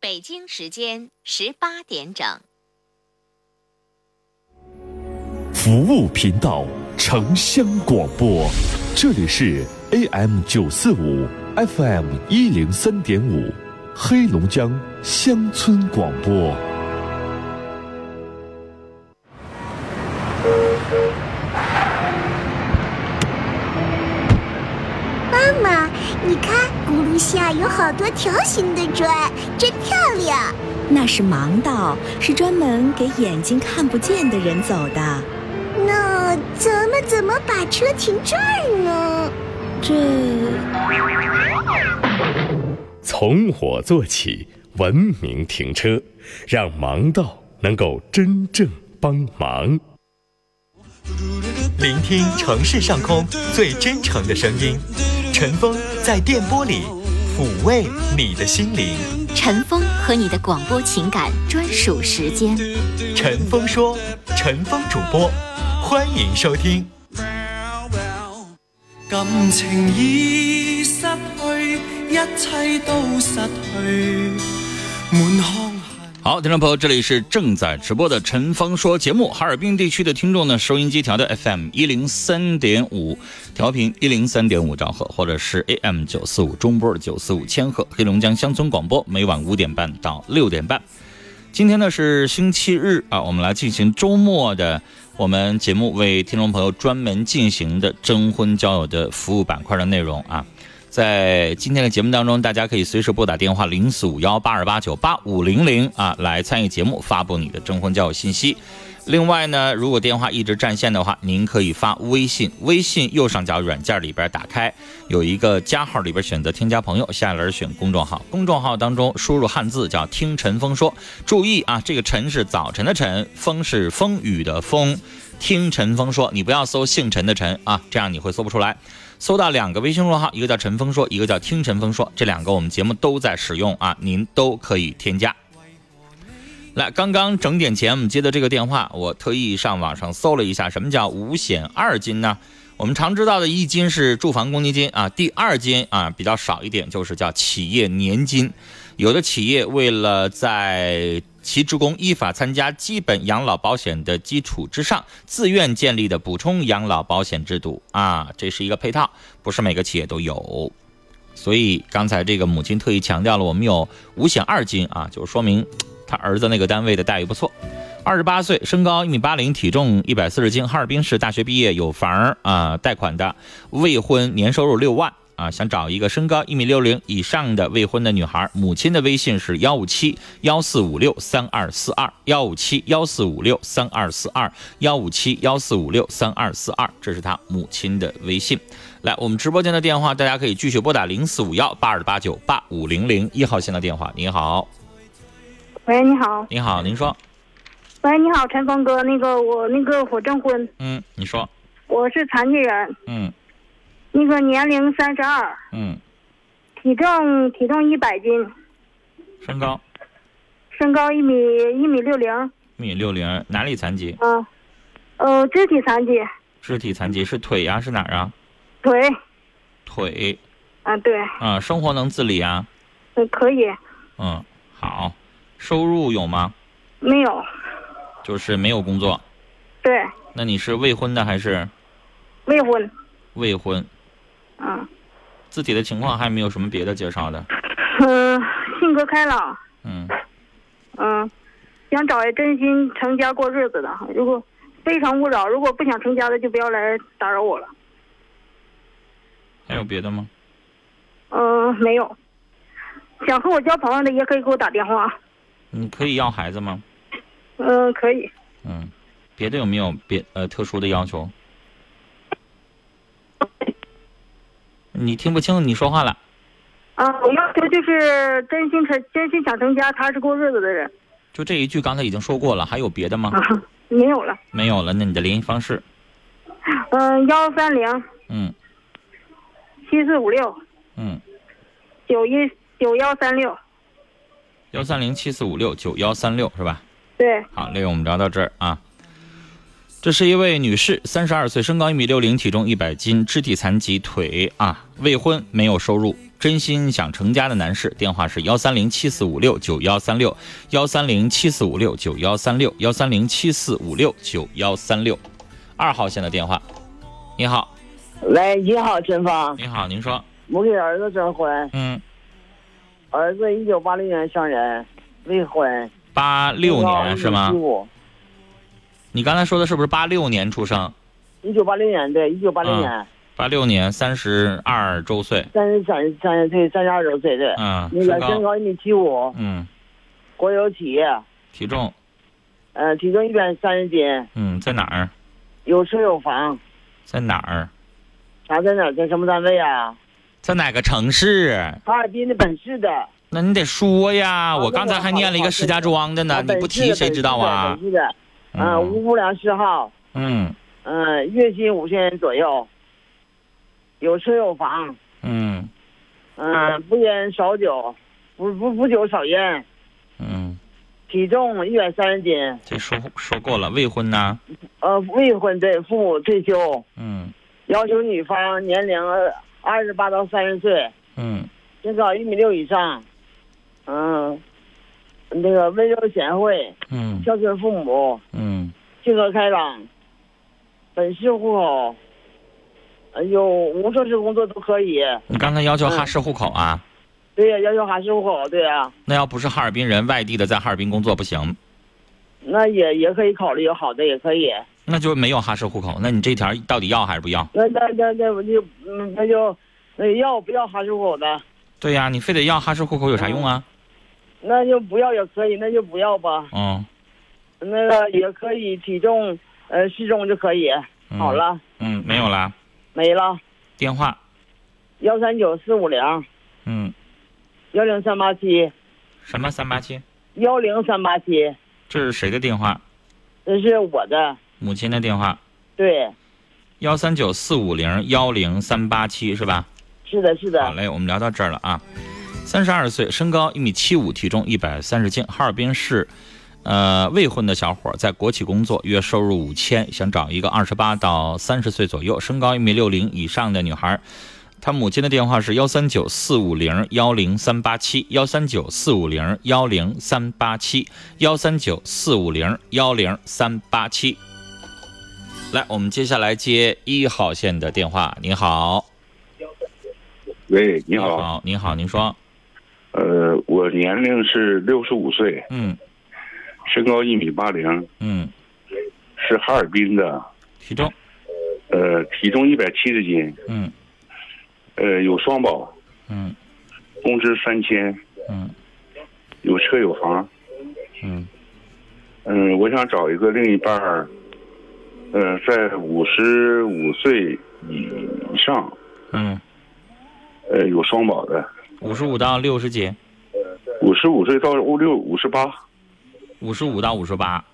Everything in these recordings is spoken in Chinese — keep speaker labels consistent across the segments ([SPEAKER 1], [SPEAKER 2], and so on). [SPEAKER 1] 北京时间十八点整。
[SPEAKER 2] 服务频道城乡广播，这里是 AM 九四五 FM 一零三点五，黑龙江乡村广播。
[SPEAKER 3] 妈妈，你看，轱辘下有好多条形的砖，真漂亮。
[SPEAKER 4] 那是盲道，是专门给眼睛看不见的人走的。
[SPEAKER 3] 那咱们怎么把车停这儿呢？
[SPEAKER 4] 这
[SPEAKER 5] 从我做起，文明停车，让盲道能够真正帮忙。
[SPEAKER 6] 聆听城市上空最真诚的声音，陈峰在电波里抚慰你的心灵。
[SPEAKER 1] 陈峰和你的广播情感专属时间，
[SPEAKER 6] 陈峰说，陈峰主播，欢迎收听。
[SPEAKER 7] 感情已失去，一切都失去，满腔恨。
[SPEAKER 8] 好，听众朋友，这里是正在直播的《陈峰说》节目，哈尔滨地区的听众呢，收音机调的 FM 一零三点五，调频一零三点五兆赫，或者是 AM 九四五中波九四五千赫，黑龙江乡村广播，每晚五点半到六点半。今天呢是星期日啊，我们来进行周末的我们节目为听众朋友专门进行的征婚交友的服务板块的内容啊。在今天的节目当中，大家可以随时拨打电话零四五幺八二八九八五零零啊，来参与节目，发布你的征婚交友信息。另外呢，如果电话一直占线的话，您可以发微信，微信右上角软件里边打开有一个加号，里边选择添加朋友，下一轮选公众号，公众号当中输入汉字叫“听陈峰说”，注意啊，这个陈是早晨的晨，风是风雨的风，听陈峰说，你不要搜姓陈的陈啊，这样你会搜不出来。搜到两个微信公众号，一个叫陈峰说，一个叫听陈峰说，这两个我们节目都在使用啊，您都可以添加。来，刚刚整点前我们接的这个电话，我特意上网上搜了一下，什么叫五险二金呢？我们常知道的一金是住房公积金啊，第二金啊比较少一点，就是叫企业年金。有的企业为了在其职工依法参加基本养老保险的基础之上，自愿建立的补充养老保险制度啊，这是一个配套，不是每个企业都有。所以刚才这个母亲特意强调了，我们有五险二金啊，就是说明他儿子那个单位的待遇不错。二十八岁，身高一米八零，体重一百四十斤，哈尔滨市大学毕业，有房儿啊、贷款的，未婚，年收入六万啊，想找一个身高一米六零以上的未婚的女孩。母亲的微信是幺五七幺四五六三二四二幺五七幺四五六三二四二幺五七幺四五六三二四二，这是他母亲的微信。来，我们直播间的电话，大家可以继续拨打零四五幺八二八九八五零零一号线的电话。您好，
[SPEAKER 9] 喂，你好，
[SPEAKER 8] 您好，您说，
[SPEAKER 9] 喂，你好，陈峰哥，那个我那个我征婚，
[SPEAKER 8] 嗯，你说，
[SPEAKER 9] 我是残疾人，
[SPEAKER 8] 嗯
[SPEAKER 9] 那个年龄三十二，
[SPEAKER 8] 嗯，
[SPEAKER 9] 体重体重一百斤，
[SPEAKER 8] 嗯身高
[SPEAKER 9] 身高一米一米六零，
[SPEAKER 8] 一米六零，哪里残疾？
[SPEAKER 9] 嗯，呃，肢体残疾，
[SPEAKER 8] 肢体残疾是腿呀、是哪儿啊？
[SPEAKER 9] 腿，
[SPEAKER 8] 腿
[SPEAKER 9] 啊，对，
[SPEAKER 8] 啊、生活能自理啊，
[SPEAKER 9] 呃可以，
[SPEAKER 8] 嗯，好，收入有吗？
[SPEAKER 9] 没有，
[SPEAKER 8] 就是没有工作，
[SPEAKER 9] 对，
[SPEAKER 8] 那你是未婚的还是
[SPEAKER 9] 未婚，
[SPEAKER 8] 未婚？
[SPEAKER 9] 嗯
[SPEAKER 8] 自己的情况还没有什么别的介绍的，
[SPEAKER 9] 嗯、性格开朗，
[SPEAKER 8] 嗯，
[SPEAKER 9] 嗯、想找真心成家过日子的，如果非诚勿扰，如果不想成家的就不要来打扰我了，
[SPEAKER 8] 还有别的吗？
[SPEAKER 9] 嗯、没有，想和我交朋友的也可以给我打电话。
[SPEAKER 8] 你可以要孩子吗？
[SPEAKER 9] 嗯，可以。
[SPEAKER 8] 嗯，别的有没有别呃特殊的要求？你听不清你说话了，
[SPEAKER 9] 啊，我要求就是真心成真心想成家、踏实过日子的人
[SPEAKER 8] 就这一句刚才已经说过了，还有别的吗
[SPEAKER 9] 啊？，没有了。
[SPEAKER 8] 没有了，那你的联系方式，
[SPEAKER 9] 嗯，幺三零
[SPEAKER 8] 嗯
[SPEAKER 9] 七四五六
[SPEAKER 8] 嗯，
[SPEAKER 9] 九一九幺三六，
[SPEAKER 8] 幺三零七四五六九幺三六是吧？
[SPEAKER 9] 对，
[SPEAKER 8] 好嘞，我们聊到这儿啊。这是一位女士，三十二岁，身高一米六零，体重一百斤，肢体残疾，腿啊，未婚，没有收入，真心想成家的男士，电话是幺三零七四五六九幺三六，幺三零七四五六九幺三六，幺三零七四五六九幺三六，二号线的电话。你好，
[SPEAKER 10] 喂，你好，陈芳，
[SPEAKER 8] 你好，您说，
[SPEAKER 10] 我给儿子征婚，
[SPEAKER 8] 嗯，
[SPEAKER 10] 儿子一九八六年上人，未婚，
[SPEAKER 8] 八六年是吗？你刚才说的是不是八六年出生？
[SPEAKER 10] 一九八六年，对，一九八六
[SPEAKER 8] 嗯
[SPEAKER 10] 年，
[SPEAKER 8] 八六年三十二周岁，
[SPEAKER 10] 三十三三十对，三十二周岁，对，
[SPEAKER 8] 嗯，
[SPEAKER 10] 那
[SPEAKER 8] 身
[SPEAKER 10] 个身
[SPEAKER 8] 高，
[SPEAKER 10] 高一米七五，
[SPEAKER 8] 嗯，
[SPEAKER 10] 国有企业，
[SPEAKER 8] 体重，
[SPEAKER 10] 呃，体重一百三十斤，
[SPEAKER 8] 嗯，在哪儿？
[SPEAKER 10] 有车有房，
[SPEAKER 8] 在哪儿？
[SPEAKER 10] 啥在哪儿，在什么单位啊？
[SPEAKER 8] 在哪个城市？
[SPEAKER 10] 哈尔滨的本市的，
[SPEAKER 8] 那你得说呀！
[SPEAKER 10] 啊
[SPEAKER 8] 我刚才还念了一个石家庄的呢，
[SPEAKER 10] 啊
[SPEAKER 8] 你不提谁知道啊
[SPEAKER 10] 本？市的，本市的嗯，
[SPEAKER 8] 嗯
[SPEAKER 10] 无不良嗜好，
[SPEAKER 8] 嗯
[SPEAKER 10] 嗯，月薪五千元左右，有车有房，
[SPEAKER 8] 嗯
[SPEAKER 10] 嗯，不烟少酒，不不不酒少烟，
[SPEAKER 8] 嗯，
[SPEAKER 10] 体重一百三十斤，
[SPEAKER 8] 这说说过了，未婚呐，
[SPEAKER 10] 呃，未婚对，父母退休，
[SPEAKER 8] 嗯
[SPEAKER 10] 要求女方年龄呃二十八到三十岁，
[SPEAKER 8] 嗯
[SPEAKER 10] 身高一米六以上，嗯，那个温柔贤惠，
[SPEAKER 8] 嗯
[SPEAKER 10] 孝顺父母，
[SPEAKER 8] 嗯
[SPEAKER 10] 性格开朗，本市户口，呃有无正式工作都可以。
[SPEAKER 8] 你刚才要求哈市户口啊？
[SPEAKER 10] 对呀、要求哈市户口，对呀、
[SPEAKER 8] 那要不是哈尔滨人，外地的在哈尔滨工作不行，
[SPEAKER 10] 那也也可以考虑，有好的也可以。
[SPEAKER 8] 那就没有哈市户口。那你这条到底要还是不要？
[SPEAKER 10] 那那那那我就嗯，那就那要不要哈市户口的？
[SPEAKER 8] 对呀，你非得要哈市户口有啥用啊？
[SPEAKER 10] 那就不要也可以，那就不要吧。
[SPEAKER 8] 嗯，
[SPEAKER 10] 那个也可以，体重呃适中就可以。
[SPEAKER 8] 嗯
[SPEAKER 10] 好，了，
[SPEAKER 8] 嗯，没有啦，
[SPEAKER 10] 没了。
[SPEAKER 8] 电话，
[SPEAKER 10] 幺三九四五零
[SPEAKER 8] 嗯，
[SPEAKER 10] 幺零三八七
[SPEAKER 8] 什么三八七？
[SPEAKER 10] 幺零三八七，
[SPEAKER 8] 这是谁的电话？
[SPEAKER 10] 这是我的。
[SPEAKER 8] 母亲的电话，
[SPEAKER 10] 对，
[SPEAKER 8] 幺三九四五零幺零三八七是吧？
[SPEAKER 10] 是的，是
[SPEAKER 8] 好
[SPEAKER 10] 的。
[SPEAKER 8] 嘞，我们聊到这儿了啊。三十二岁，身高一米七五，体重一百三十斤，哈尔滨市，呃，未婚的小伙儿，在国企工作，月收入五千，想找一个二十八到三十岁左右，身高一米六零以上的女孩儿。他母亲的电话是幺三九四五零幺零三八七，幺三九四五零幺零三八七，幺三九四五零幺零三八七。来，我们接下来接一号线的电话。你好，
[SPEAKER 11] 喂，你
[SPEAKER 8] 你
[SPEAKER 11] 好，
[SPEAKER 8] 好，你好，您说。
[SPEAKER 11] 呃，我年龄是六十五岁，
[SPEAKER 8] 嗯
[SPEAKER 11] 身高一米八零，
[SPEAKER 8] 嗯，
[SPEAKER 11] 是哈尔滨的，
[SPEAKER 8] 体重，
[SPEAKER 11] 呃，体重一百七十斤，
[SPEAKER 8] 嗯
[SPEAKER 11] 呃，有双保，
[SPEAKER 8] 嗯
[SPEAKER 11] 工资三千，
[SPEAKER 8] 嗯
[SPEAKER 11] 有车有房，
[SPEAKER 8] 嗯
[SPEAKER 11] 嗯、我想找一个另一半儿，呃，在五十五岁以以上，
[SPEAKER 8] 嗯，
[SPEAKER 11] 呃，有双保的，
[SPEAKER 8] 五十五到六十几，
[SPEAKER 11] 五十五岁到五六五十八，
[SPEAKER 8] 五十五到五十八，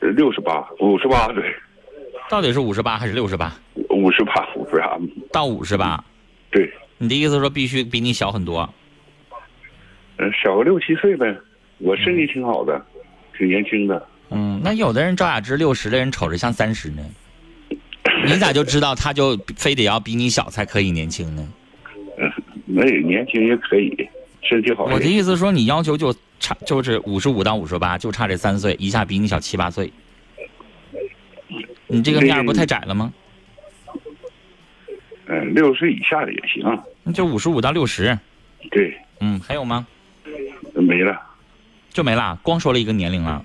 [SPEAKER 11] 六十八，五十八对，
[SPEAKER 8] 到底是五十八还是六十八？
[SPEAKER 11] 五十八，五十八，
[SPEAKER 8] 到五十八，
[SPEAKER 11] 对，
[SPEAKER 8] 你的意思说必须比你小很多？
[SPEAKER 11] 呃，小个六七岁呗，我身体挺好的，挺年轻的。
[SPEAKER 8] 嗯，那有的人赵雅芝六十的人瞅着像三 十呢，你咋就知道他就非得要比你小才可以年轻呢？
[SPEAKER 11] 呃那也年轻也可以，身体好
[SPEAKER 8] 我的
[SPEAKER 11] 也
[SPEAKER 8] 意思说你要求就差就是五十五到五十八，就差这三岁，一下比你小七八岁，你这个面儿不太窄了吗？
[SPEAKER 11] 嗯，六十以下的也行。
[SPEAKER 8] 那就五十五到六十，
[SPEAKER 11] 嗯对，
[SPEAKER 8] 嗯，还有吗？
[SPEAKER 11] 没了。
[SPEAKER 8] 就没啦，光说了一个年龄了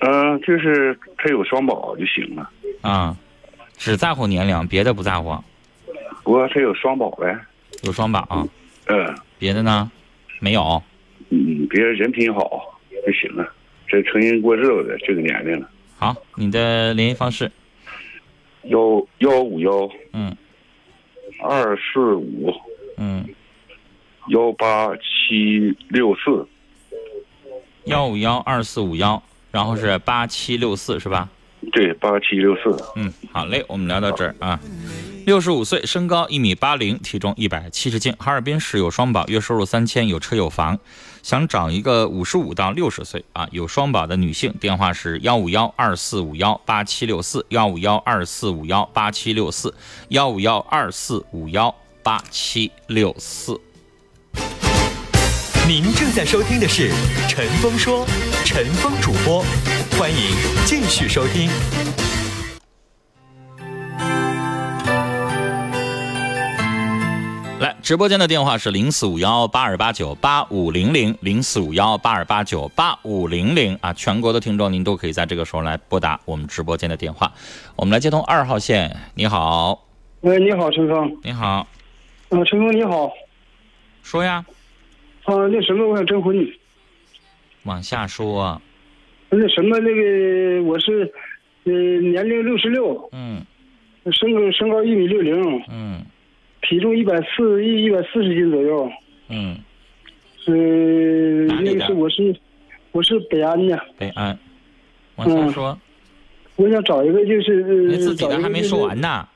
[SPEAKER 11] 嗯、就是他有双保就行了，
[SPEAKER 8] 啊，只在乎年龄，别的不在乎。
[SPEAKER 11] 不过他有双保呗。
[SPEAKER 8] 有双保，
[SPEAKER 11] 嗯、
[SPEAKER 8] 别的呢？没有。
[SPEAKER 11] 嗯，别人人品好就行了。这成人过日子的这个年龄了，
[SPEAKER 8] 好，你的联系方式，
[SPEAKER 11] 幺幺五幺
[SPEAKER 8] 嗯
[SPEAKER 11] 二四五
[SPEAKER 8] 嗯，
[SPEAKER 11] 幺八七六四，
[SPEAKER 8] 幺五幺二四五幺，然后是八七六四是吧？
[SPEAKER 11] 对，八七六四。
[SPEAKER 8] 嗯嗯，好嘞，我们聊到这儿啊。六十五岁，身高一米八零，体重一百七十斤，哈尔滨市有双保，月收入三千，有车有房，想找一个五十五到六十岁啊有双保的女性，电话是幺五幺二四五幺八七六四，幺五幺二四五幺八七六四，幺五幺二四五幺八七六四。
[SPEAKER 6] 您正在收听的是《陈峰说》，陈峰主播，欢迎继续收听。
[SPEAKER 8] 来，直播间的电话是零四五幺八二八九八五零零零四五幺八二八九八五零零啊，全国的听众您都可以在这个时候来拨打我们直播间的电话。我们来接通二号线，你好，
[SPEAKER 12] 喂，你好，陈峰。
[SPEAKER 8] 你好，
[SPEAKER 12] 啊、陈峰你好。
[SPEAKER 8] 说呀，
[SPEAKER 12] 啊，那什么，我想征婚。
[SPEAKER 8] 往下说，啊
[SPEAKER 12] 那什么，那个我是，呃，年龄六十六，
[SPEAKER 8] 嗯
[SPEAKER 12] 身高身高一米六零，
[SPEAKER 8] 嗯
[SPEAKER 12] 体重一百四一一百四十斤左右。
[SPEAKER 8] 嗯，
[SPEAKER 12] 嗯、
[SPEAKER 8] 哪里的
[SPEAKER 12] 那个是我是我是北安的，
[SPEAKER 8] 北安，往下
[SPEAKER 12] 嗯
[SPEAKER 8] 说，
[SPEAKER 12] 我想找一个就是
[SPEAKER 8] 你
[SPEAKER 12] 呃
[SPEAKER 8] 自己
[SPEAKER 12] 找
[SPEAKER 8] 的
[SPEAKER 12] 一个
[SPEAKER 8] 还没
[SPEAKER 12] 就是
[SPEAKER 8] 说完呢，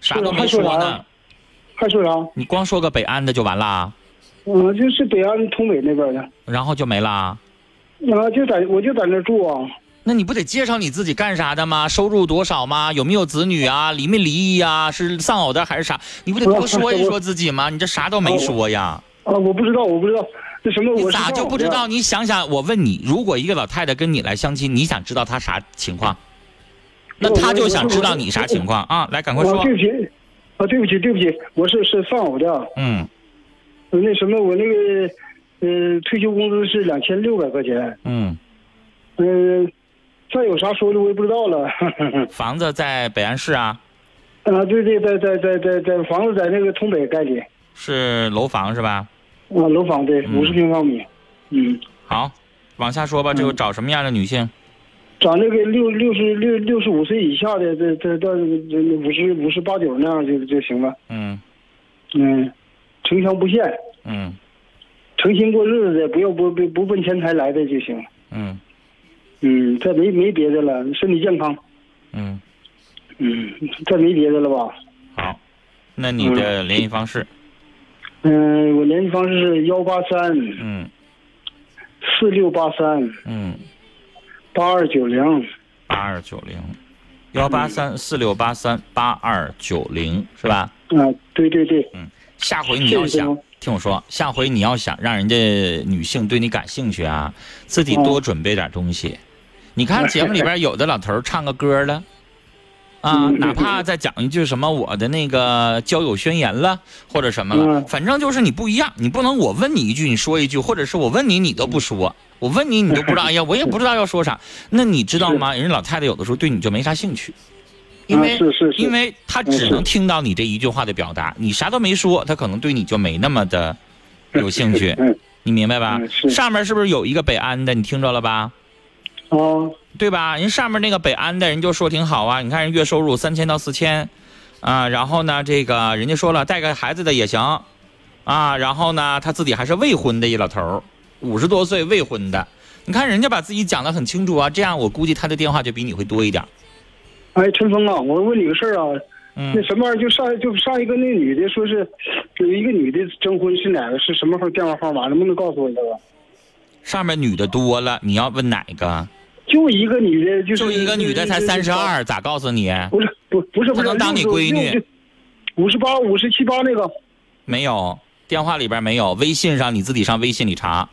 [SPEAKER 8] 啥
[SPEAKER 12] 是
[SPEAKER 8] 都
[SPEAKER 12] 啊
[SPEAKER 8] 没
[SPEAKER 12] 还说
[SPEAKER 8] 说
[SPEAKER 12] 啥
[SPEAKER 8] 呢，
[SPEAKER 12] 还说啥？
[SPEAKER 8] 你光说个北安的就完啦，
[SPEAKER 12] 嗯、就是北安通北那边的，啊、啊
[SPEAKER 8] 然后就没啦。
[SPEAKER 12] 就在我就在那住啊。
[SPEAKER 8] 那你不得介绍你自己干啥的吗？收入多少吗？有没有子女啊？离没离异啊？是丧偶的还是啥？你不得多说一说自己吗？你这啥都没说呀！
[SPEAKER 12] 啊，我不知道，我不知道，那什么，
[SPEAKER 8] 你
[SPEAKER 12] 我是
[SPEAKER 8] 咋
[SPEAKER 12] 这
[SPEAKER 8] 就
[SPEAKER 12] 样
[SPEAKER 8] 不知
[SPEAKER 12] 的
[SPEAKER 8] 道？你想想，我问你，如果一个老太太跟你来相亲，你想知道她啥情况？那她就想知道你啥情况啊！来，赶快
[SPEAKER 12] 啊
[SPEAKER 8] 说
[SPEAKER 12] 对。不起，啊，对不起，对不起，我是是丧偶的。
[SPEAKER 8] 嗯
[SPEAKER 12] 呃那什么，我那个，呃，退休工资是两千六百块钱。
[SPEAKER 8] 嗯，
[SPEAKER 12] 嗯、再有啥收入我也不知道了。
[SPEAKER 8] 嗯房子在北安市啊，
[SPEAKER 12] 啊，对对，在在在在在房子在那个通北盖的，
[SPEAKER 8] 是楼房是吧？
[SPEAKER 12] 啊，楼房对，五十平方米，嗯，
[SPEAKER 8] 好，往下说吧。这个找什么样的女性？
[SPEAKER 12] 找那个六六十六六十五岁以下的，这这到五十五十八九那样就就行了。
[SPEAKER 8] 嗯
[SPEAKER 12] 嗯，城乡不限，
[SPEAKER 8] 嗯
[SPEAKER 12] 诚心过日子的，不要不不不奔钱财来的就行。
[SPEAKER 8] 嗯
[SPEAKER 12] 嗯，再没没别的了，身体健康。
[SPEAKER 8] 嗯，
[SPEAKER 12] 嗯，再没别的了吧？
[SPEAKER 8] 好。那你的联系方式？
[SPEAKER 12] 嗯、我联系方式是幺八三
[SPEAKER 8] 嗯
[SPEAKER 12] 四六八三
[SPEAKER 8] 嗯。
[SPEAKER 12] 八二九零。
[SPEAKER 8] 八二九零，幺八三四六八三八二九零是吧？
[SPEAKER 12] 啊，对对对。
[SPEAKER 8] 嗯，下回你要想听我说，下回你要想让人家女性对你感兴趣啊，自己多准备点东西。你看节目里边有的老头儿唱个歌了。啊，哪怕再讲一句什么我的那个交友宣言了，或者什么了，反正就是你不一样，你不能我问你一句你说一句，或者是我问你你都不说，我问你你都不知道，哎呀，我也不知道要说啥。那你知道吗？人家老太太有的时候对你就没啥兴趣，因为、
[SPEAKER 12] 啊是是是
[SPEAKER 8] 因为她只能听到你这一句话的表达，你啥都没说，她可能对你就没那么的有兴趣，
[SPEAKER 12] 嗯
[SPEAKER 8] 你明白吧？上面是不是有一个北安的？你听着了吧？
[SPEAKER 12] 哦，
[SPEAKER 8] 对吧？人上面那个北安的人就说挺好啊，你看人月收入三千到四千，啊，然后呢，这个人家说了带个孩子的也行，啊，然后呢，他自己还是未婚的一老头儿，五十多岁未婚的，你看人家把自己讲得很清楚啊，这样我估计他的电话就比你会多一点儿。
[SPEAKER 12] 哎，陈峰啊，我问你个事儿啊，
[SPEAKER 8] 嗯
[SPEAKER 12] 那什么玩意儿就上就上一个那女的说是有一个女的征婚是哪个是什么号电话号码，能不能告诉我一下吧？
[SPEAKER 8] 上面女的多了，你要问哪个？
[SPEAKER 12] 就一个女的，就是
[SPEAKER 8] 就一个女的才
[SPEAKER 12] 就是
[SPEAKER 8] 三十二，咋告诉你？
[SPEAKER 12] 不是不不是不
[SPEAKER 8] 不
[SPEAKER 12] 是
[SPEAKER 8] 能当你闺女，
[SPEAKER 12] 五十八五十七八那个
[SPEAKER 8] 没有，电话里边没有，微信上你自己上微信里查。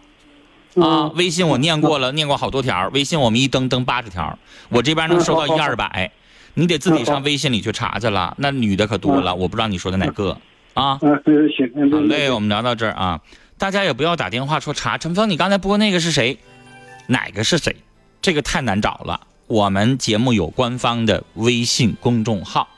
[SPEAKER 12] 嗯
[SPEAKER 8] 啊，微信我念过了，念过好多条儿。微信我们一登登八十条儿，我这边能收到
[SPEAKER 12] 嗯好嗯
[SPEAKER 8] 一
[SPEAKER 12] 好
[SPEAKER 8] 二百，你得自己上微信里去查去了。那女的可多了，我不知道你说的哪个啊。
[SPEAKER 12] 嗯，嗯行，嗯
[SPEAKER 8] 好嘞，我们聊到这儿啊，大家也不要打电话说查陈峰，你刚才播那个是谁，哪个是谁，这个太难找了。我们节目有官方的微信公众号，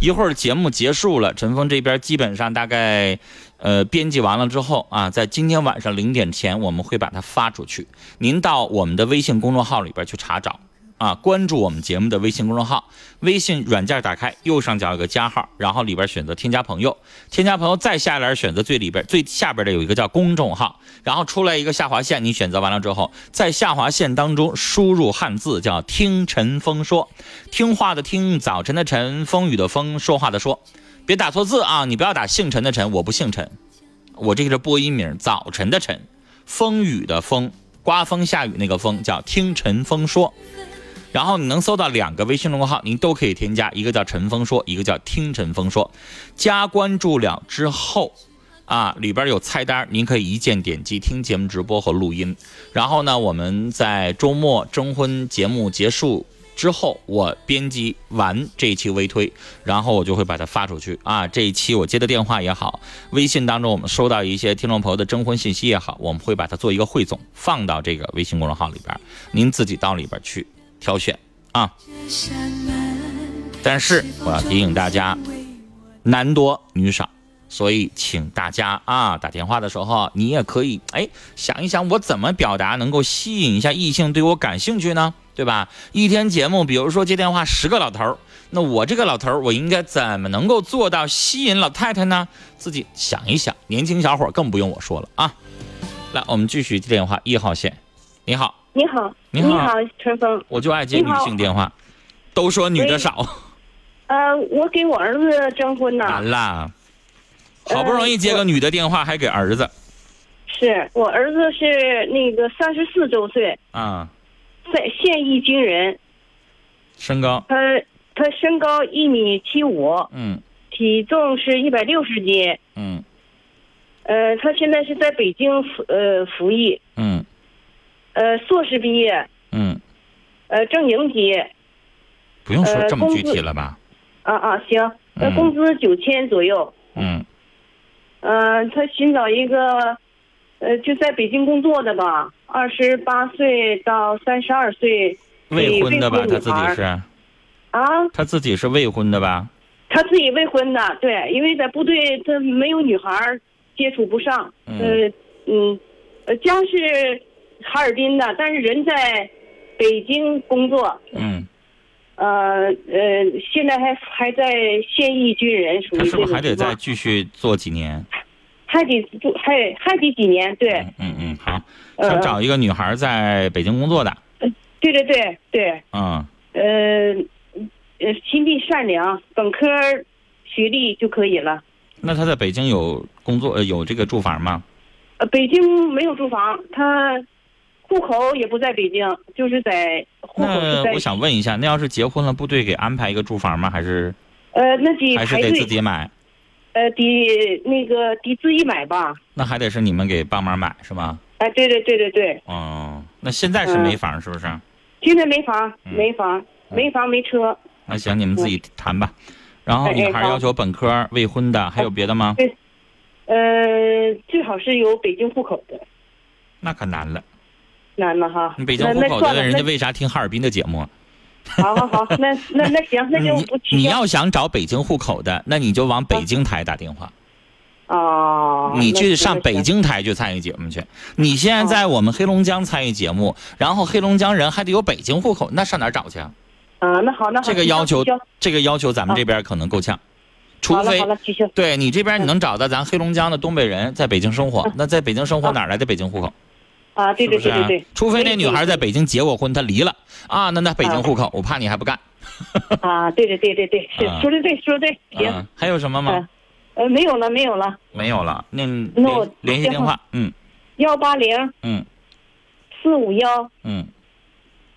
[SPEAKER 8] 一会儿节目结束了，陈峰这边基本上大概，呃，编辑完了之后啊，在今天晚上零点前，我们会把它发出去。您到我们的微信公众号里边去查找啊，关注我们节目的微信公众号，微信软件打开，右上角有个加号，然后里边选择添加朋友，添加朋友再下来选择最里边最下边的有一个叫公众号，然后出来一个下划线，你选择完了之后，在下划线当中输入汉字叫“听陈峰说”，听话的听，早晨的晨，风雨的风，说话的说。别打错字啊！你不要打姓陈的陈，我不姓陈，我这个是播音名，早晨的晨，风雨的风，刮风下雨那个风叫听陈峰说。然后你啊能搜到两个微信公号，您都可以添加，一个叫陈峰说，一个叫听陈峰说。加关注了之后，啊，里边有菜单，您可以一键点击听节目直播和录音。然后呢，我们在周末征婚节目结束之后，我编辑完这一期微推，然后我就会把它发出去啊。这一期我接的电话也好，微信当中我们收到一些听众朋友的征婚信息也好，我们会把它做一个汇总，放到这个微信公众号里边，您自己到里边去挑选啊。但是我要提醒大家，男多女少，所以请大家啊打电话的时候，你也可以哎想一想，我怎么表达能够吸引一下异性对我感兴趣呢？对吧？一天节目，比如说接电话十个老头儿，那我这个老头儿，我应该怎么能够做到吸引老太太呢？自己想一想，年轻小伙儿更不用我说了啊！来，我们继续接电话，一号线，你好，
[SPEAKER 13] 你好，
[SPEAKER 8] 你
[SPEAKER 13] 你
[SPEAKER 8] 好
[SPEAKER 13] 陈峰。
[SPEAKER 8] 我就爱接
[SPEAKER 13] 你
[SPEAKER 8] 女
[SPEAKER 13] 好
[SPEAKER 8] 性电话，都说女的少。
[SPEAKER 13] 呃，我给我儿子征婚呢，
[SPEAKER 8] 完啦，好不容易接个女的电话，还给儿子
[SPEAKER 13] 是我儿子是那个三十四周岁，
[SPEAKER 8] 啊，
[SPEAKER 13] 在现役军人，
[SPEAKER 8] 身高，
[SPEAKER 13] 他他身高一米七五，
[SPEAKER 8] 嗯
[SPEAKER 13] 体重是一百六十斤，
[SPEAKER 8] 嗯
[SPEAKER 13] 呃，他现在是在北京服呃服役，
[SPEAKER 8] 嗯
[SPEAKER 13] 呃，硕士毕业，
[SPEAKER 8] 嗯，
[SPEAKER 13] 呃，正营级，
[SPEAKER 8] 不用说
[SPEAKER 13] 呃
[SPEAKER 8] 这么具
[SPEAKER 13] 工
[SPEAKER 8] 体
[SPEAKER 13] 资
[SPEAKER 8] 了吧？
[SPEAKER 13] 啊啊，行，那
[SPEAKER 8] 嗯
[SPEAKER 13] 工资九千左右，
[SPEAKER 8] 嗯
[SPEAKER 13] 嗯，他寻找一个，呃，就在北京工作的吧，二十八岁到三十二岁，
[SPEAKER 8] 未婚的吧？
[SPEAKER 13] 未
[SPEAKER 8] 他
[SPEAKER 13] 婚
[SPEAKER 8] 自
[SPEAKER 13] 女孩
[SPEAKER 8] 己
[SPEAKER 13] 儿
[SPEAKER 8] 是，
[SPEAKER 13] 啊，
[SPEAKER 8] 他自己是未婚的吧？
[SPEAKER 13] 他自己未婚的，对，因为在部队他没有女孩儿接触不上，
[SPEAKER 8] 嗯
[SPEAKER 13] 呃嗯，呃家是哈尔滨的，但是人在北京工作，
[SPEAKER 8] 嗯，
[SPEAKER 13] 呃呃，现在还还在现役军人，属于
[SPEAKER 8] 他是
[SPEAKER 13] 这
[SPEAKER 8] 不
[SPEAKER 13] 种
[SPEAKER 8] 是还得
[SPEAKER 13] 情况
[SPEAKER 8] 再继续做几年？
[SPEAKER 13] 还得住还还得几年？对，
[SPEAKER 8] 嗯嗯，好，
[SPEAKER 13] 呃
[SPEAKER 8] 想找一个女孩在北京工作的，
[SPEAKER 13] 对对对对。
[SPEAKER 8] 嗯
[SPEAKER 13] 呃，呃，心地善良，本科学历就可以了。
[SPEAKER 8] 那他在北京有工作，呃有这个住房吗？
[SPEAKER 13] 呃，北京没有住房，他户口也不在北京，就是在户口
[SPEAKER 8] 那
[SPEAKER 13] 是在
[SPEAKER 8] 我想问一下，那要是结婚了，部队给安排一个住房吗？还是
[SPEAKER 13] 呃，那得
[SPEAKER 8] 还是
[SPEAKER 13] 排
[SPEAKER 8] 得自
[SPEAKER 13] 队，
[SPEAKER 8] 己买？
[SPEAKER 13] 呃，得那个得自己买吧。
[SPEAKER 8] 那还得是你们给帮忙买是吗？
[SPEAKER 13] 哎、对对对对对，
[SPEAKER 8] 哦，那现在
[SPEAKER 13] 嗯
[SPEAKER 8] 是没房是不是？
[SPEAKER 13] 现在没房，
[SPEAKER 8] 嗯
[SPEAKER 13] 没房，没房没车。
[SPEAKER 8] 那行，你们自己谈吧。然后
[SPEAKER 13] 哎
[SPEAKER 8] 女孩
[SPEAKER 13] 好哎
[SPEAKER 8] 要求本科未婚的，还有别的吗？
[SPEAKER 13] 对，呃，最好是有北京户口的，
[SPEAKER 8] 那可难了。
[SPEAKER 13] 难了哈。
[SPEAKER 8] 你北京
[SPEAKER 13] 那
[SPEAKER 8] 户
[SPEAKER 13] 那
[SPEAKER 8] 口
[SPEAKER 13] 算了
[SPEAKER 8] 的人家
[SPEAKER 13] 那
[SPEAKER 8] 为啥听哈尔滨的节目？
[SPEAKER 13] 好好好，那那那行，那就不去
[SPEAKER 8] 你要想找北京户口的，那你就往北京台打电话，
[SPEAKER 13] 啊。
[SPEAKER 8] 你
[SPEAKER 13] 那
[SPEAKER 8] 去
[SPEAKER 13] 行
[SPEAKER 8] 上
[SPEAKER 13] 那
[SPEAKER 8] 北
[SPEAKER 13] 行
[SPEAKER 8] 京台去参与节目去。你现
[SPEAKER 13] 啊
[SPEAKER 8] 在在我们黑龙江参与节目，然后黑龙江人还得有北京户口，那上哪儿找去啊？
[SPEAKER 13] 啊，那好，那好，
[SPEAKER 8] 这个要求
[SPEAKER 13] 取消，
[SPEAKER 8] 这个要求咱们这边可能够呛，除
[SPEAKER 13] 啊好了
[SPEAKER 8] 非
[SPEAKER 13] 好了嗯取消
[SPEAKER 8] 对你这边你能找到咱黑龙江的东北人在北京生活，那在北京生活哪来的北京户口？
[SPEAKER 13] 啊，对嗯对
[SPEAKER 8] 是
[SPEAKER 13] 对
[SPEAKER 8] 不是
[SPEAKER 13] 对
[SPEAKER 8] 啊
[SPEAKER 13] 对，
[SPEAKER 8] 除非那女孩在北京结过婚，她离了啊，那那北京户口，我怕你还不干。
[SPEAKER 13] 啊，对对对对对，是
[SPEAKER 8] 啊
[SPEAKER 13] 说的对，说的对，行
[SPEAKER 8] 嗯，，还有什么吗
[SPEAKER 13] 嗯？呃，没有了没有了，
[SPEAKER 8] 没有了，那你
[SPEAKER 13] 那我
[SPEAKER 8] 联联系电
[SPEAKER 13] 电
[SPEAKER 8] 话
[SPEAKER 13] 话，
[SPEAKER 8] 嗯
[SPEAKER 13] 幺八零
[SPEAKER 8] 嗯
[SPEAKER 13] 四五幺
[SPEAKER 8] 嗯，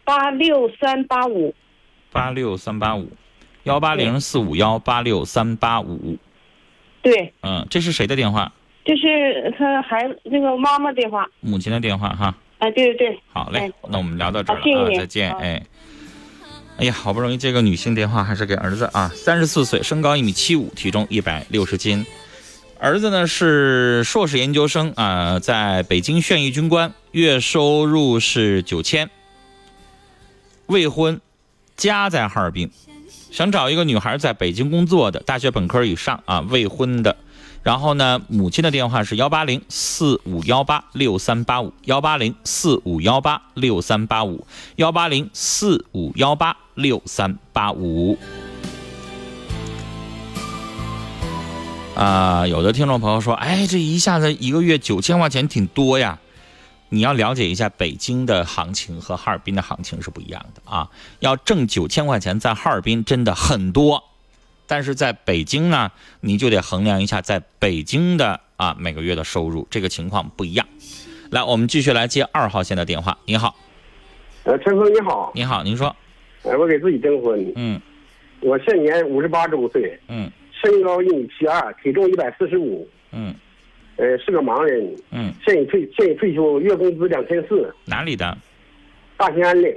[SPEAKER 13] 八六三八五，
[SPEAKER 8] 八六三八五，幺八零四五幺八六三八五，
[SPEAKER 13] 对，
[SPEAKER 8] 嗯，这是谁的电话？
[SPEAKER 13] 这是他孩子那个妈妈电话，
[SPEAKER 8] 母亲的电话哈。
[SPEAKER 13] 啊，对对对，
[SPEAKER 8] 好嘞
[SPEAKER 13] 哎，
[SPEAKER 8] 那我们聊到这儿了
[SPEAKER 13] 好谢谢
[SPEAKER 8] 啊，
[SPEAKER 13] 您
[SPEAKER 8] 再见，
[SPEAKER 13] 好
[SPEAKER 8] 哎。哎呀，好不容易接个女性电话，还是给儿子啊，三十四岁，身高一米七五，体重一百六十斤。儿子呢是硕士研究生啊、在北京现役军官，月收入是九千，未婚，家在哈尔滨，想找一个女孩在北京工作的，大学本科以上啊，未婚的。然后呢，母亲的电话是幺八零四五幺八六三八五，幺八零四五幺八六三八五，幺八零四五幺八六三八五。啊、有的听众朋友说，哎，这一下子一个月九千块钱挺多呀。你要了解一下北京的行情和哈尔滨的行情是不一样的啊。要挣九千块钱，在哈尔滨真的很多，但是在北京呢，你就得衡量一下在北京的啊每个月的收入，这个情况不一样。来，我们继续来接二号线的电话。你好，
[SPEAKER 14] 呃，陈峰你好，
[SPEAKER 8] 你好，您说，
[SPEAKER 14] 呃，我给自己征婚，
[SPEAKER 8] 嗯
[SPEAKER 14] 我现年五十八周岁，
[SPEAKER 8] 嗯
[SPEAKER 14] 身高一米七二，体重一百四十五，
[SPEAKER 8] 嗯
[SPEAKER 14] 呃，是个盲人，
[SPEAKER 8] 嗯，
[SPEAKER 14] 现已退现已退休，月工资两千四，
[SPEAKER 8] 哪里的？
[SPEAKER 14] 大兴安岭，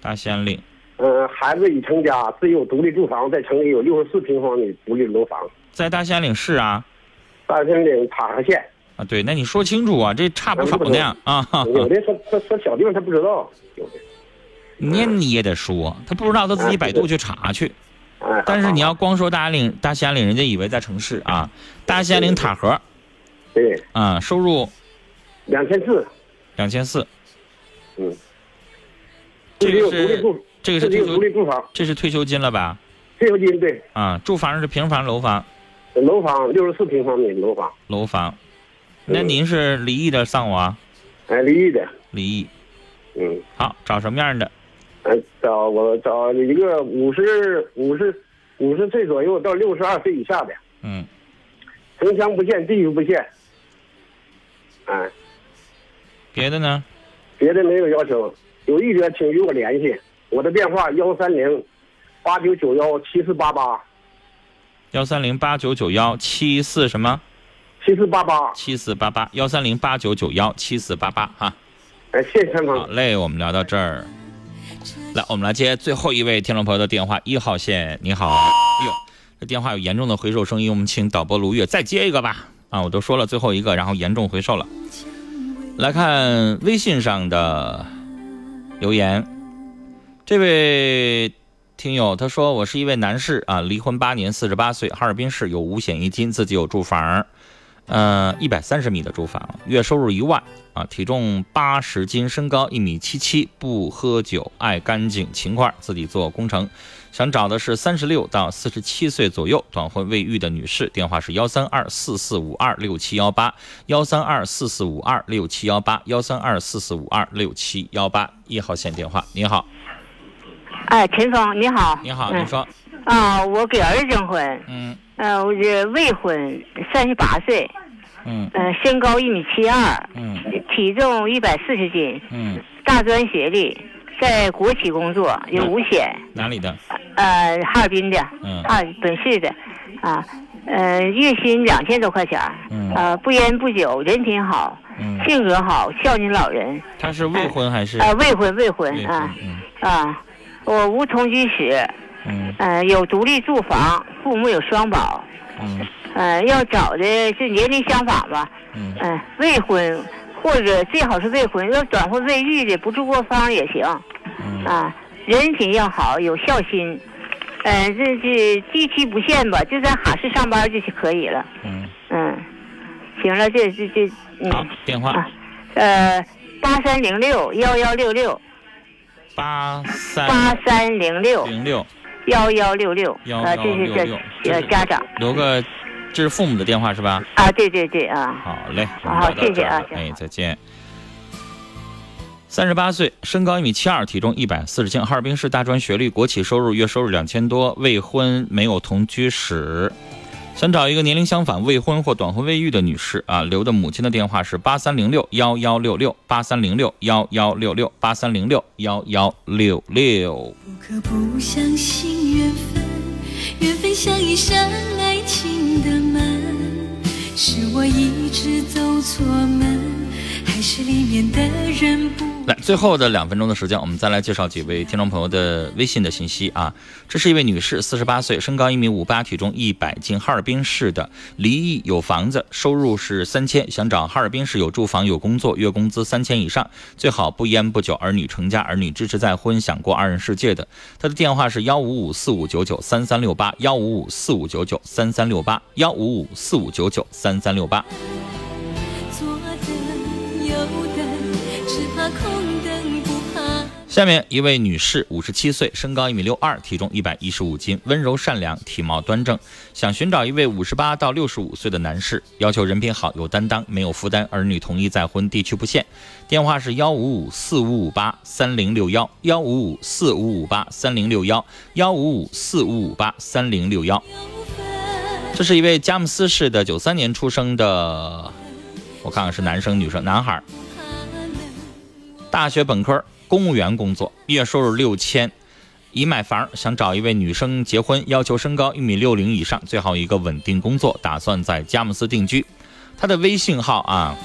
[SPEAKER 8] 大兴安岭。
[SPEAKER 14] 呃，孩子已成家，自有独立住房，在城里有六十四平方米独立楼房，
[SPEAKER 8] 在大兴安岭市啊
[SPEAKER 14] 大兴安岭塔河县。
[SPEAKER 8] 啊，对，那你说清楚啊，这差不少
[SPEAKER 14] 不
[SPEAKER 8] 呢啊。哈
[SPEAKER 14] 有
[SPEAKER 8] 哈
[SPEAKER 14] 的说说说小地方他不知道，有的
[SPEAKER 8] 你你也得说，他不知道他自己百度去查去。
[SPEAKER 14] 哎
[SPEAKER 8] 但是你要光说大兴安岭，大兴安岭人家以为在城市啊，大兴安岭塔河
[SPEAKER 14] 对
[SPEAKER 8] 啊，收入
[SPEAKER 14] 两千四，
[SPEAKER 8] 两千四，
[SPEAKER 14] 嗯，
[SPEAKER 8] 这
[SPEAKER 14] 自己
[SPEAKER 8] 个
[SPEAKER 14] 有独立
[SPEAKER 8] 是
[SPEAKER 14] 住，
[SPEAKER 8] 这个是
[SPEAKER 14] 自己
[SPEAKER 8] 退
[SPEAKER 14] 有独立
[SPEAKER 8] 休
[SPEAKER 14] 住房，
[SPEAKER 8] 这是退休金了吧？
[SPEAKER 14] 退休金对，
[SPEAKER 8] 啊，住房是平房、楼房、
[SPEAKER 14] 楼房六十四平方米楼房，
[SPEAKER 8] 楼房。
[SPEAKER 14] 嗯
[SPEAKER 8] 那您是离异的丧偶啊？
[SPEAKER 14] 哎，离异的，
[SPEAKER 8] 离异。
[SPEAKER 14] 嗯。
[SPEAKER 8] 好，找什么样的？
[SPEAKER 14] 呃，找我找一个五十五十五十岁左右到六十二岁以下的，
[SPEAKER 8] 嗯，
[SPEAKER 14] 城乡不限，地域不限，哎、
[SPEAKER 8] 别的呢？
[SPEAKER 14] 别的没有要求，有意者请与我联系，我的电话幺三零八九九幺七四八八
[SPEAKER 8] 幺三零八九九幺七四什么？
[SPEAKER 14] 七四八八，
[SPEAKER 8] 七四八八幺三零八九九幺七四八八哈。
[SPEAKER 14] 哎，谢谢陈
[SPEAKER 8] 好嘞，我们聊到这儿。来，我们来接最后一位听众朋友的电话，一号线，你好。哎呦，这电话有严重的回收声音，我们请导播卢月再接一个吧。啊，我都说了最后一个，然后严重回收了。来看微信上的留言，这位听友他说：“我是一位男士啊，离婚八年，四十八岁，哈尔滨市有五险一金，自己有住房，呃，一百三十米的住房，月收入一万啊，体重八十斤，身高一米七七，不喝酒，爱干净，勤快，自己做工程。想找的是三十六到四十七岁左右短婚未育的女士，电话是幺三二四四五二六七幺八，幺三二四四五二六七幺八，幺三二四四五二六七幺八，一号线电话。您好，
[SPEAKER 15] 哎，陈峰，你好。
[SPEAKER 8] 你好，
[SPEAKER 15] 嗯
[SPEAKER 8] 您说，
[SPEAKER 15] 啊、我给儿子征婚，
[SPEAKER 8] 嗯
[SPEAKER 15] 呃，我是未婚，三十八岁，
[SPEAKER 8] 嗯
[SPEAKER 15] 呃，身高一米七二，
[SPEAKER 8] 嗯
[SPEAKER 15] 体重一百四十斤，
[SPEAKER 8] 嗯，
[SPEAKER 15] 大专学历，在国企工作，有五险，
[SPEAKER 8] 哪里的？
[SPEAKER 15] 呃，哈尔滨的，
[SPEAKER 8] 嗯
[SPEAKER 15] 哈尔本市的，啊，呃，月薪两千多块钱儿，
[SPEAKER 8] 嗯
[SPEAKER 15] 呃，不烟不酒，人挺好，
[SPEAKER 8] 嗯
[SPEAKER 15] 性格好，孝敬老人，
[SPEAKER 8] 他是未婚还是？
[SPEAKER 15] 啊、未婚未婚
[SPEAKER 8] 未婚
[SPEAKER 15] 啊啊，我无同居史，
[SPEAKER 8] 嗯
[SPEAKER 15] 呃，有独立住房，父母有双保，
[SPEAKER 8] 嗯
[SPEAKER 15] 呃，要找的是年龄相仿吧，
[SPEAKER 8] 嗯
[SPEAKER 15] 嗯、未婚或者最好是未婚，要转婚未育的，不住过方也行，
[SPEAKER 8] 嗯
[SPEAKER 15] 啊，人品要好，有孝心，呃，这是地区不限吧，就在哈市上班就可以了，
[SPEAKER 8] 嗯
[SPEAKER 15] 嗯，行了，这这这，嗯，
[SPEAKER 8] 电话
[SPEAKER 15] 呃，八三零六幺幺六六。
[SPEAKER 8] 八三
[SPEAKER 15] 八三零六
[SPEAKER 8] 零六
[SPEAKER 15] 幺幺六六，
[SPEAKER 8] 1166
[SPEAKER 15] 啊，这是
[SPEAKER 8] 这
[SPEAKER 15] 这呃家长
[SPEAKER 8] 留个，这是父母的电话是吧？
[SPEAKER 15] 啊，对对对啊，
[SPEAKER 8] 好嘞，我
[SPEAKER 15] 好
[SPEAKER 8] 们聊到
[SPEAKER 15] 谢谢啊
[SPEAKER 8] 这儿了哎，再见。三十八岁，身高一米七二，体重一百四十斤，哈尔滨市大专学历，国企收入，月收入两千多，未婚，没有同居史。想找一个年龄相仿、未婚或短婚未育的女士啊，留的母亲的电话是八三零六幺幺六六八三零六幺幺六六八三零六幺幺六六。
[SPEAKER 16] 可不相信缘分，缘分像一扇爱情的门，是我一直走错门，还是里面的人不？
[SPEAKER 8] 来，最后的两分钟的时间，我们再来介绍几位听众朋友的微信的信息啊。这是一位女士，四十八岁，身高一米五八，体重一百斤，哈尔滨市的，离异，有房子，收入是三千，想找哈尔滨市有住房有工作，月工资三千以上，最好不烟不酒，儿女成家，儿女支持再婚，想过二人世界的。她的电话是幺五五四五九九三三六八，幺五五四五九九三三六八，幺五五四五九九三三六八。
[SPEAKER 16] 左等右等，只怕空等不怕。
[SPEAKER 8] 下面一位女士，五十七岁，身高一米六二，体重一百一十五斤，温柔善良，体貌端正，想寻找一位五十八到六十五岁的男士，要求人品好，有担当，没有负担，儿女同意再婚，地区不限。电话是幺五五四五五八三零六幺，幺五五四五五八三零六幺，幺五五四五五八三零六幺。这是一位佳木斯市的九三年出生的，我看看是男生女生，男孩儿，大学本科，公务员工作，月收入六千，已买房，想找一位女生结婚，要求身高一米六零以上，最好一个稳定工作，打算在佳木斯定居。他的微信号啊，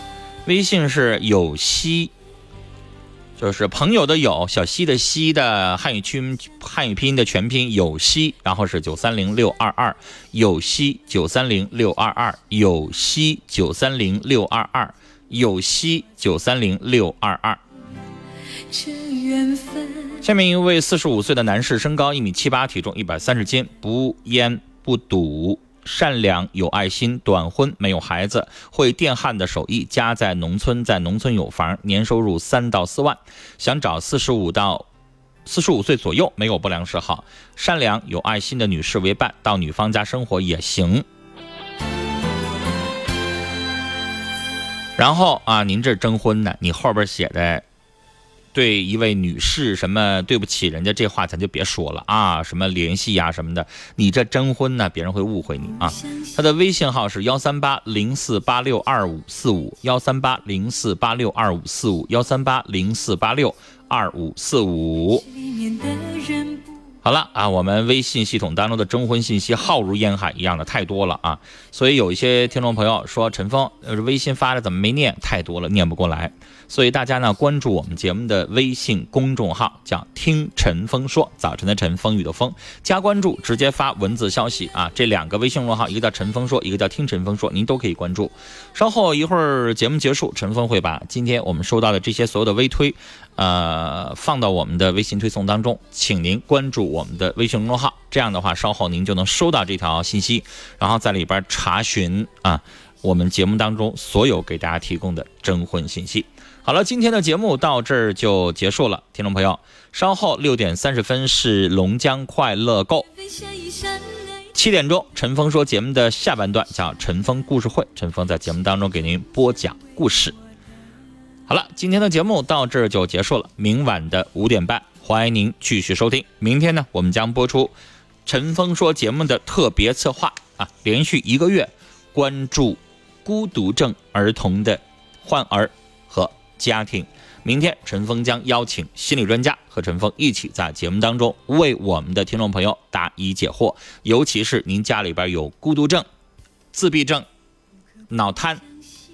[SPEAKER 8] 微信是有希，就是朋友的友，小西的西的汉语区汉语拼音的全拼有希，然后是九三零六二二有希九三零六二二有希九三零六二二有希九三零六二二。
[SPEAKER 16] 这缘分。
[SPEAKER 8] 下面一位四十五岁的男士，身高一米七八，体重一百三十斤，不烟不赌，善良有爱心，短婚没有孩子，会电焊的手艺，家在农村，在农村有房，年收入三到四万，想找四十五到。四十五岁左右，没有不良嗜好，善良有爱心的女士为伴，到女方家生活也行。然后啊，您这征婚呢，你后边写的对一位女士什么对不起人家这话咱就别说了啊，什么联系呀、什么的，你这征婚呢，别人会误会你啊。他的微信号是幺三八零四八六二五四五幺三八零四八六二五四五幺三八零四八六二五四五。
[SPEAKER 16] 里面的人不
[SPEAKER 8] 好了啊，我们微信系统当中的征婚信息浩如烟海一样的太多了啊，所以有一些听众朋友说陈峰，呃，微信发的怎么没念？太多了，念不过来。所以大家呢关注我们节目的微信公众号，叫“听陈峰说”，早晨的晨，风雨的风，加关注，直接发文字消息啊。这两个微信公众号，一个叫“陈峰说”，一个叫“听陈峰说”，您都可以关注。稍后一会儿节目结束，陈峰会把今天我们收到的这些所有的微推，呃，放到我们的微信推送当中，请您关注我们的微信公众号。这样的话，稍后您就能收到这条信息，然后在里边查询啊，我们节目当中所有给大家提供的征婚信息。好了，今天的节目到这儿就结束了，听众朋友，稍后六点三十分是龙江快乐购。
[SPEAKER 16] 分下一山来。
[SPEAKER 8] 七点钟，陈峰说节目的下半段叫陈峰故事会，陈峰在节目当中给您播讲故事。好了，今天的节目到这儿就结束了，明晚的五点半，欢迎您继续收听。明天呢，我们将播出陈峰说节目的特别策划啊，连续一个月关注孤独症儿童的患儿和家庭。明天，陈峰将邀请心理专家和陈峰一起在节目当中为我们的听众朋友答疑解惑，尤其是您家里边有孤独症、自闭症、脑瘫、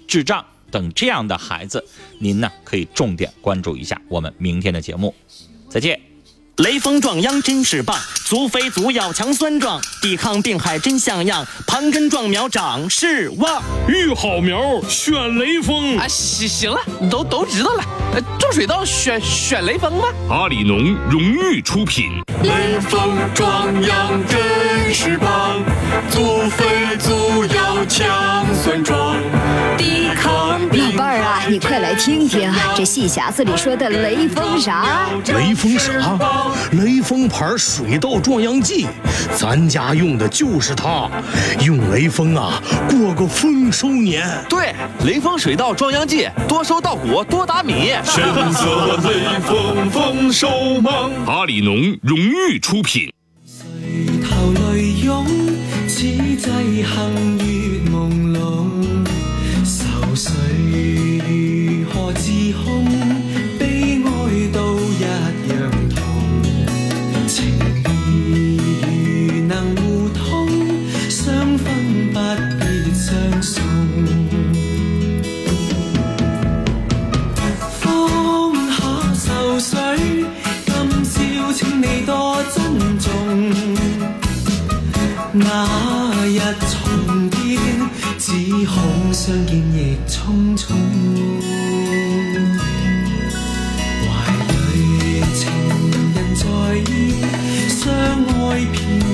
[SPEAKER 8] 智障等这样的孩子，您呢可以重点关注一下我们明天的节目。再见。
[SPEAKER 17] 雷锋壮秧真是棒，足肥足要强酸壮，抵抗病害真像样，盘根壮苗长势旺。育好苗选雷锋
[SPEAKER 18] 啊，行行了，你都都知道了。呃，种水稻选选雷锋吧。
[SPEAKER 19] 阿里农荣誉出品。
[SPEAKER 20] 雷锋壮阳真是棒，足肥足要强酸壮，抵抗
[SPEAKER 21] 老伴儿啊，你快来听听啊这戏匣子里说的雷锋啥？
[SPEAKER 22] 雷锋啥？雷锋牌水稻壮秧剂，咱家用的就是它。用雷锋啊，过个丰收年。
[SPEAKER 18] 对，雷锋水稻壮秧剂，多收稻谷，多打米。
[SPEAKER 19] 神色雷锋丰收忙。阿里农荣誉出品。
[SPEAKER 7] 眉头泪涌，此际幸月朦胧，愁绪何自控？悲哀都一样痛，情意如能互通，相分不必相送。方可受水，今宵請你多珍重。那日重見，只恐相見亦匆匆。懷裏情人再現，相愛片